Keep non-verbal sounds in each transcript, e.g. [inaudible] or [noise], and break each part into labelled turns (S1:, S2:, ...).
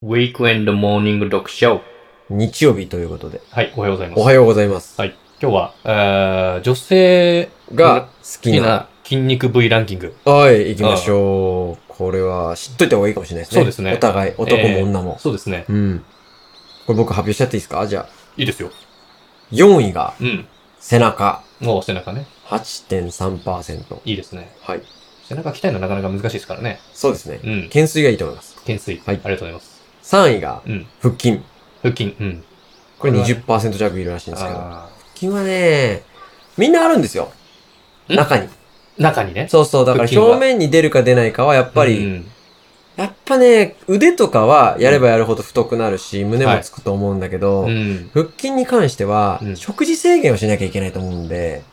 S1: ウィークエンドモーニング読書。
S2: 日曜日ということで。
S1: はい、おはようございます。
S2: お
S1: は
S2: はようございます。
S1: い。今日は、えー、女性
S2: が好
S1: 好
S2: き
S1: き
S2: な。
S1: な筋肉部位ランキング。
S2: はい、行きましょう。これは知っといた方がいいかもしれないですね。
S1: そうですね
S2: お互い、男も女も。
S1: そうですね。
S2: うん。これ僕発表しちゃっていいですかじゃあ。
S1: いいですよ。
S2: 4位が
S1: うん。
S2: 背中
S1: もう背中ね。
S2: 8.3%。
S1: いいですね。
S2: はい。
S1: 背中鍛えるのなかなか難しいですからね。
S2: そうですね
S1: う。ん。
S2: 懸垂がいいと思います。
S1: 懸垂。
S2: は
S1: あ
S2: い
S1: りがとうございます。
S2: 3位が
S1: うん。
S2: 腹筋。
S1: 腹筋。うん。
S2: これ
S1: これはね
S2: 20%弱いるらしいんですけど。腹
S1: あ
S2: 筋はね、みんなあるんですよ。
S1: ん
S2: 中に。
S1: ー中にね。
S2: そうそう。だか
S1: 腹筋
S2: ら
S1: は
S2: 表面に出るか出ないかはやっぱり、
S1: うん。
S2: やっぱね、腕とかはやればやるほど太くなるし、胸もつくと思うんだけど、
S1: うん
S2: 腹筋に関しては、
S1: うん
S2: 食事制限をしなきゃいけないと思うんで、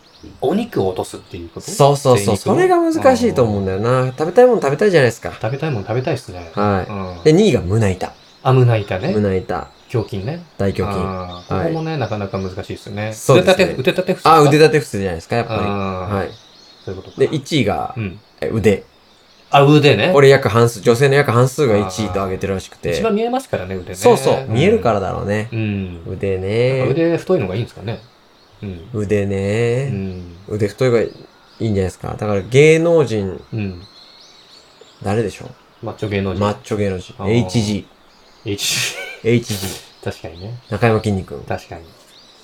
S1: お肉を落とすっていうこと
S2: そうそうそ
S1: 精
S2: う、
S1: 肉を
S2: それが難しいと思うんだよな。食べたいもの食べたいじゃないですか。
S1: 食べたいもの食べたいですね。
S2: は
S1: うん
S2: い。で、2位が胸板。
S1: あ胸板ね。
S2: 胸板、
S1: 胸筋ね。
S2: 大胸筋。
S1: あーここもね、なかなか難しいですよね。
S2: そうですね
S1: 腕立て、腕立て伏せ
S2: あ、腕
S1: 立て。
S2: 立て伏せじゃないですか、やっぱり。
S1: は。
S2: はいい。
S1: そういうことか。
S2: で、1位が
S1: うん。
S2: え腕。
S1: あ、腕ね。
S2: これ約半数、女性の約半数が1位と上げてるらしく
S1: 一
S2: て。
S1: 番見えますからね、腕ね。。
S2: そうそう、見えるかららだろうね。
S1: うん。
S2: 腕
S1: やっぱ
S2: ね。
S1: 腕太いのがいいんですかね。うん。
S2: 腕
S1: う
S2: ね。
S1: ん。
S2: 腕太いがいいんじゃないですか。だから芸能人、
S1: うん。
S2: 誰でしょ
S1: マッチョ芸能
S2: う
S1: 人。
S2: マッチョ芸能人。
S1: あー
S2: HG。
S1: H。 [laughs]
S2: HG。
S1: 確かにね。
S2: 中山きんに君。
S1: 確かに。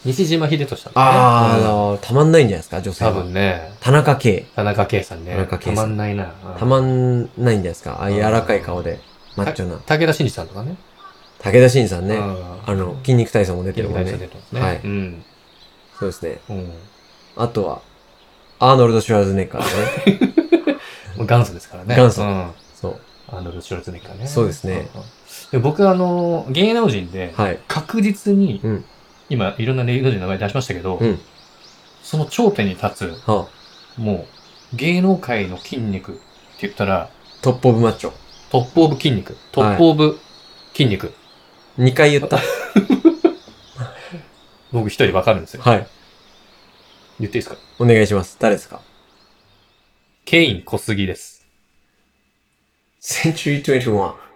S1: 西島秀俊さんね。
S2: あー、あ
S1: うん
S2: のたまんないんじゃないですか、女性
S1: 多
S2: は。
S1: 分ね。
S2: 田中圭。
S1: 田中圭さんね。
S2: 田中圭さん
S1: たまんないな。
S2: たまんないんじゃないですか。ああいう柔らかい顔で、
S1: う
S2: マ
S1: ん
S2: ッチョな
S1: た。武田真治さんとかね。
S2: 武田真治さんね。
S1: あ
S2: あの、、筋肉体操も出て
S1: 筋
S2: る
S1: 肉
S2: も
S1: 体操
S2: ん
S1: 出
S2: ね。
S1: てますね。
S2: はい
S1: うん。
S2: そうですね。
S1: うん。
S2: あとは、アーノルド・シュワルズネッカ
S1: [laughs]
S2: ーね。
S1: もう元祖ですからね。
S2: 元祖
S1: うん。
S2: そう。
S1: アーノルド・シュワルツェネッカーね。
S2: そうですね
S1: うんうん。で僕、あの、芸能人で、
S2: はい。
S1: 確実に、
S2: うん
S1: 今、いろんな芸能人の名前出しましたけど、
S2: うん。
S1: その頂点に立つ、
S2: は
S1: もう、芸能界の筋肉って言ったら、
S2: あ、トップ・オブ・マッチョ。
S1: トップオブ筋肉。トップオブ筋肉。
S2: 2
S1: [laughs]
S2: 回言った。
S1: 僕一人わかるんですよ。
S2: はい。
S1: 言っていいですか
S2: お願いします。誰ですか
S1: ケイン小杉です。
S2: ?Century 21。